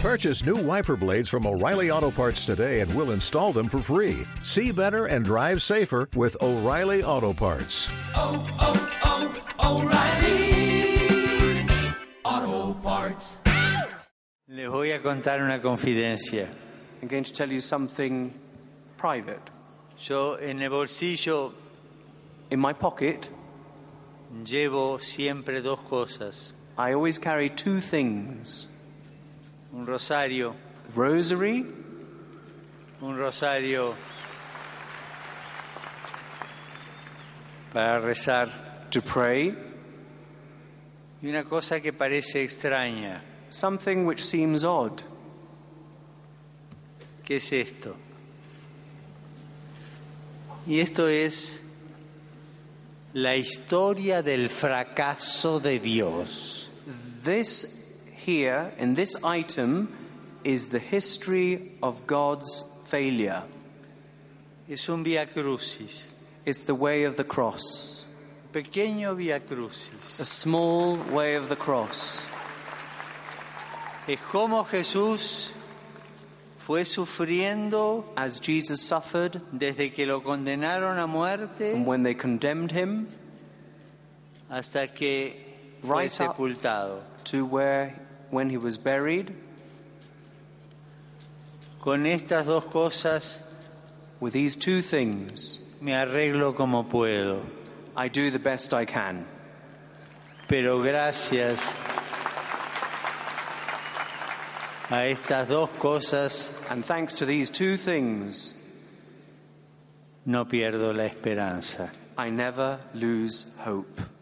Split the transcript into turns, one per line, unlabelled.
Purchase new wiper blades from O'Reilly Auto Parts today and we'll install them for free. See better and drive safer with O'Reilly Auto Parts.
oh, oh, O'Reilly Auto Parts.
Les voy a contar una confidencia.
I'm going to tell you something private.
Yo en el bolsillo
In my pocket,
llevo siempre dos cosas.
I always carry two things
Un rosario,
rosary
un rosario para rezar.
to pray,
Y una cosa que parece extraña,
something which seems odd.
¿qué es esto? Y esto es la historia del fracaso de Dios.
This here, in this item, is the history of God's failure.
Es un via crucis,
It's the way of the cross,
pequeño via crucis.
a small way of the cross.
Es como Jesús fue sufriendo
As Jesus suffered,
desde que lo condenaron a
and
muerte
when they condemned him,
hasta que fue
Rise up.
sepultado.
to where, when he was buried,
Con estas dos cosas
with these two things,
me arreglo como puedo,
I do the best I can.
pero gracias a estas dos cosas
And thanks to these two things,
no pierdo la esperanza.
I never lose hope.